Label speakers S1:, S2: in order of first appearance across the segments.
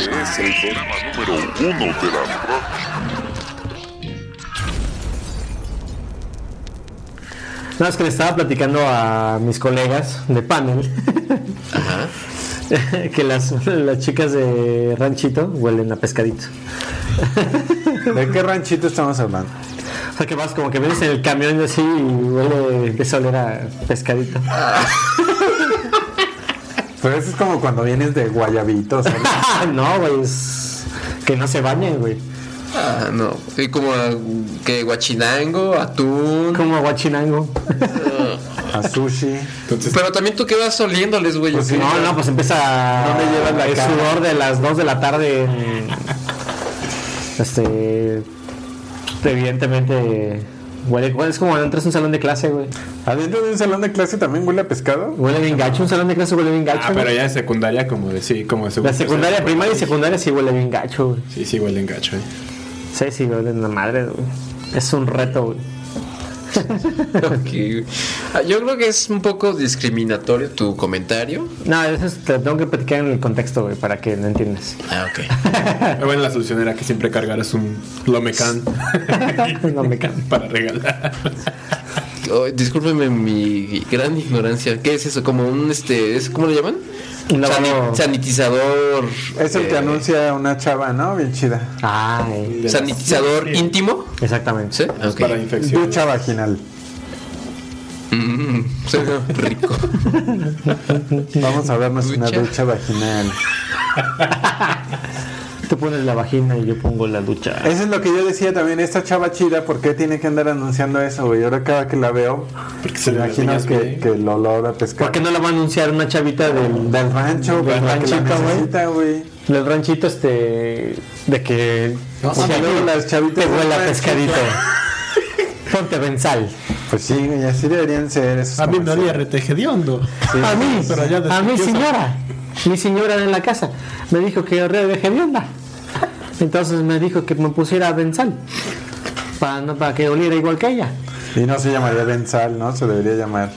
S1: Este es el programa número uno de la radio.
S2: No, es que le estaba platicando a mis colegas de panel
S3: Ajá.
S2: que las, las chicas de ranchito huelen a pescadito.
S4: ¿De qué ranchito estamos hablando?
S2: O sea que vas como que vienes en el camión y así y huele, empieza a oler a pescadito.
S4: Pero eso es como cuando vienes de Guayabitos.
S2: no, güey, es que no se bañen, güey.
S3: Ah, no. Y como ah, que guachinango, atún.
S2: Como aguachinango.
S4: A sushi.
S5: Entonces,
S3: Pero también tú quedas oliéndoles, güey.
S4: Pues
S3: ¿o qué?
S2: No, no, pues empieza
S4: No me llevan la
S2: el
S4: cara.
S2: sudor de las 2 de la tarde. en- Este. Evidentemente. Huele, huele- es como cuando entras a un salón de clase, güey.
S4: ¿Adentro de un salón de clase también huele a pescado?
S2: Huele bien gacho, un salón de clase huele bien gacho.
S5: ah, pero
S2: güey.
S5: ya de secundaria como de sí, como de
S2: La secundaria, primaria y secundaria sí huele bien gacho, güey.
S5: Sí, sí huelen gacho, eh.
S2: Sí, sí, huelen la madre, güey. Es un reto, güey.
S3: Ok. Ah, Yo creo que es un poco discriminatorio tu comentario.
S2: No, eso es- te lo tengo que platicar en el contexto, güey, para que no entiendas.
S3: Ah, ok.
S5: Pero bueno, la solución era que siempre cargaras un Lomecan
S2: No me cambio.
S5: para regalar.
S3: Oh, discúlpeme mi gran ignorancia. ¿Qué es eso? Como un este, ¿es- ¿cómo lo llaman?
S2: Un lavado.
S3: Sani- sanitizador.
S4: Es el que
S3: eh,
S4: anuncia una chava, ¿no? Bien chida.
S2: Ay,
S3: Sanitizador íntimo.
S2: exactamente.
S3: Sí, Ah, ok.
S5: Para infección.
S4: Ducha vaginal.
S3: Mm, suena rico.
S4: Vamos a vernos una
S3: Ducha.
S4: ducha vaginal.
S2: Tú pones la vagina y yo pongo la ducha.
S4: Eso es lo que yo decía también. Esta chava chida, ¿por qué tiene que andar anunciando eso, güey? Ahora cada que la veo,
S5: Porque
S4: se
S5: se le
S4: imagino
S5: enseñas
S4: que,
S5: bien.
S4: que el olor a pescado.
S2: ¿Por qué no la va a anunciar una chavita del,
S4: Del rancho, güey.
S2: Del
S4: la que la
S2: ranchito, güey.
S4: necesita, güey.
S2: del ranchito este de que
S4: No,
S2: o sea,
S4: no,
S2: luego
S4: no,
S2: las chavitas
S4: no,
S2: huele a
S4: no,
S2: pescadito? Ponte bensal.
S4: Pues sí, güey, así deberían ser esos
S6: A mí me
S4: comerciales.
S6: había retejediondo.
S2: a mí,
S6: pero ya
S2: a mi
S6: después-
S2: señora, mi señora de la casa me dijo que horror de hedionda. Entonces me dijo que me pusiera bensal para no- para que oliera igual que ella.
S4: Y no se llamaría Benzal, ¿no? Se debería llamar.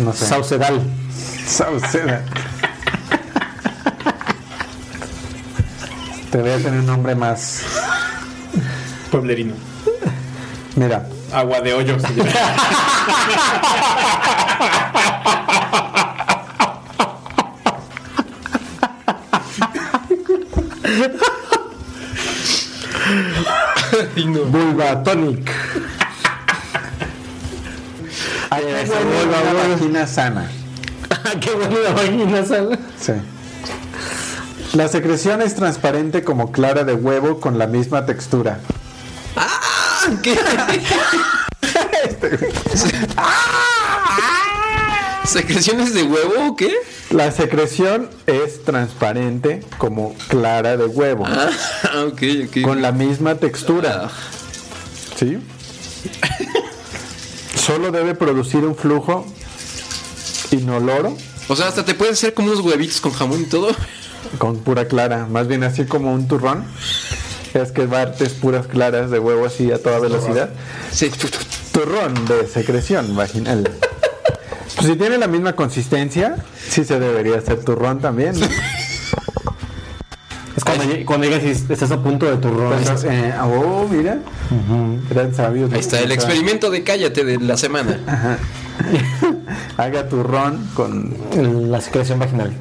S4: No sé.
S2: Saucedal.
S4: Sauceda. Te voy a tener un nombre más.
S5: Pueblerino.
S4: Mira,
S5: Agua de hoyo. se llama.
S2: Vulva tonic. Ay,
S4: es
S2: esa vulva,
S4: una
S2: vulva.
S4: vagina sana.
S2: Qué bueno la vagina, ¿sabes?
S4: Sí. La secreción es transparente como clara de huevo con la misma textura.
S3: ¿Qué? ¿Secreciones de huevo o qué?
S4: La secreción es transparente como clara de huevo
S3: Ah, ok, ok.
S4: con la misma textura.
S3: Ah,
S4: ¿Sí? Solo debe producir un flujo inoloro
S3: O sea, hasta te pueden hacer como unos huevitos con jamón y todo.
S4: con pura clara, más bien así como un turrón. Es que bartes puras claras de huevo así a toda velocidad.
S3: Sí.
S4: Turrón de secreción vaginal. Pues si tiene la misma consistencia, sí se debería hacer turrón también. ¿no?
S2: Es cuando, lleg- cuando llegas y estás a punto de turrón.
S4: Entonces, eh, oh, mira. Gran sabio.
S3: Ahí está el experimento de cállate de la semana.
S4: Haga turrón con
S2: La secreción vaginal.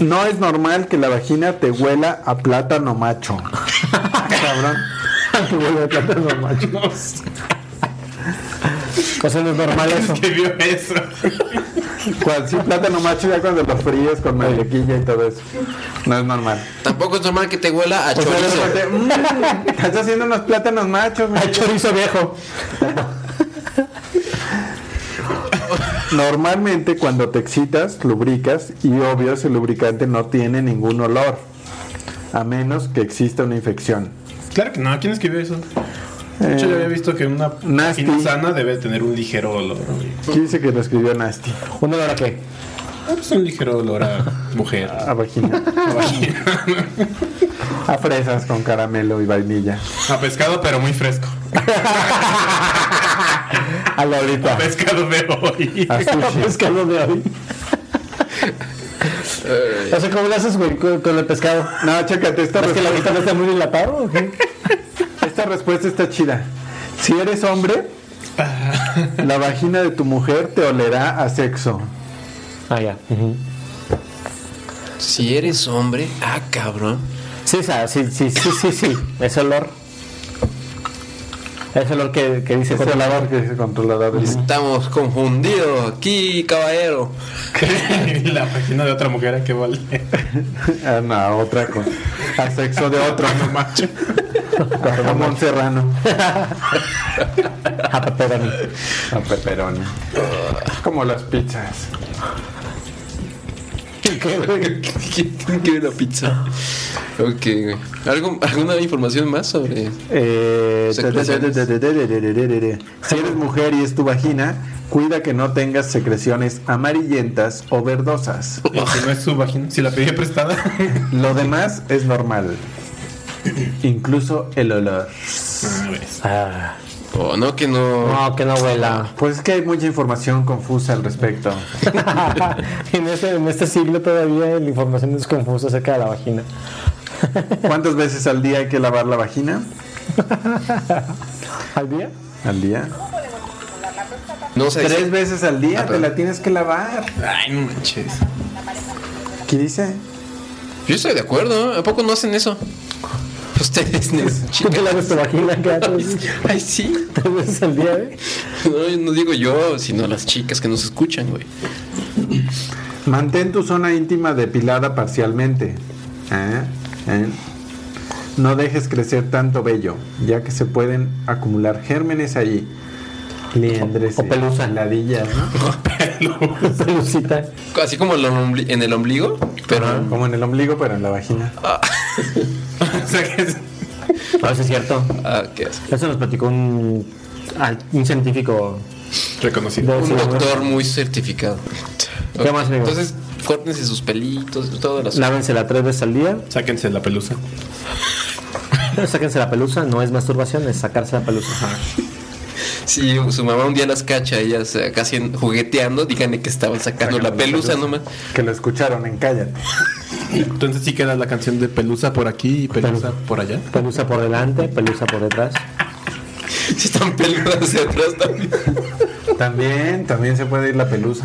S4: No es normal que la vagina te huela a plátano macho. Cabrón.
S2: Que huele a plátano macho. O sea, no es normal Pues eso.
S5: ¿Qué vio eso?
S4: Cual, sí, plátano macho ya cuando lo fríes con mantequilla y todo eso. No es normal.
S3: Tampoco es normal que te huela a
S4: O sea, de repente,
S3: chorizo.
S4: "Mm, estás haciendo unos plátanos machos. mi
S2: Hay
S4: hijo".
S2: chorizo viejo.
S4: Normalmente cuando te excitas, lubricas y obvio ese lubricante no tiene ningún olor. A menos que exista una infección.
S5: Claro que no, ¿quién escribió eso? De hecho, yo había visto que una
S4: Nasty.
S5: vagina sana debe tener un ligero olor. güey.
S4: ¿Quién dice que lo escribió Nasty?
S2: ¿Un olor a qué?
S5: Ah, pues un ligero olor a mujer.
S4: A vagina.
S5: a vagina.
S4: A fresas con caramelo y vainilla.
S5: A pescado, pero muy fresco.
S4: A la ahorita.
S5: Pescado de hoy.
S4: A sushi.
S2: pescado de hoy. O sea, ¿cómo lo haces, güey, con, con el pescado?
S4: No, chécate, esta
S2: ¿Es que la
S4: respuesta,
S2: mitad está muy dilatado o qué?
S4: esta respuesta está chida. Si eres hombre, la vagina de tu mujer te olerá a sexo.
S2: Ah, ya.
S3: Si eres hombre, ah, cabrón.
S2: Sí, o sea, sí, sí, sí, sí, sí. Es olor. Es olor que, que dice
S4: Es el olor que dice controlador.
S3: Estamos confundidos aquí, caballero.
S5: la vagina de otra mujer, ¿a qué vale?
S4: Ah, no, otra cosa. A sexo de otro. Con jamón serrano.
S2: a pepperoni.
S4: A pepperoni. Como las pizzas.
S3: ¿Qué tiene que ver la pizza? Ok, güey. ¿Algo- ¿Alguna información más sobre
S4: Eh,
S3: Secreciones.
S4: te- te- te- te- te- te- te- te- te. si eres mujer y es tu vagina, cuida que no tengas secreciones amarillentas o verdosas.
S5: Y si no es su vagina, si la pedí prestada.
S4: Lo demás es normal. Incluso el olor.
S2: Ah,
S3: Oh, no, que no.
S2: no, que no huela.
S4: Pues es que hay mucha información confusa al respecto.
S2: en, este, en este siglo todavía la información es confusa acerca de la vagina.
S4: ¿Cuántas veces al día hay que lavar la vagina?
S2: ¿Al día?
S4: ¿Al día?
S3: No sé.
S4: Tres veces al día te
S3: perdón.
S4: la tienes que lavar.
S5: Ay, no manches.
S4: ¿Qué dice?
S3: Yo estoy de acuerdo, ¿eh? ¿a poco no hacen eso? Pues, Ustedes, ne-
S2: ¿Tú te lavas tu vagina cada tres,
S3: Ay, sí.
S2: tres veces al día, eh?
S3: No, yo no digo yo, sino las chicas que nos escuchan, güey.
S4: Mantén tu zona íntima depilada parcialmente. ¿Eh? ¿Eh? No dejes crecer tanto vello, ya que se pueden acumular gérmenes allí. Liendres,
S2: O- o pelusa.
S4: ladillas, ¿no?
S2: Pelucita.
S3: Así como en el ombli- en el ombligo, pero.
S4: Como en el ombligo, pero en la vagina.
S5: O sea que es-
S2: No, eso es cierto.
S3: Ah, qué asco.
S2: Eso nos platicó un, al- un científico.
S5: Reconocido.
S2: de-
S3: Un doctor muy certificado.
S2: ¿Qué más, amigo?
S3: Entonces, córtense sus pelitos, todo las.
S2: Lávensela tres veces al día.
S5: Sáquense la pelusa.
S2: Sáquense la pelusa. No es masturbación, es sacarse la pelusa.
S3: Si su mamá un día las cacha, ellas eh, casi en- jugueteando, díganle que estaban sacando la pelusa nomás.
S4: Que lo escucharon en Cállate.
S5: Entonces sí queda la canción de pelusa por aquí y pelusa por allá.
S2: Pelusa por delante, pelusa por detrás.
S3: Si están peludas hacia atrás también.
S4: También, también se puede ir la pelusa.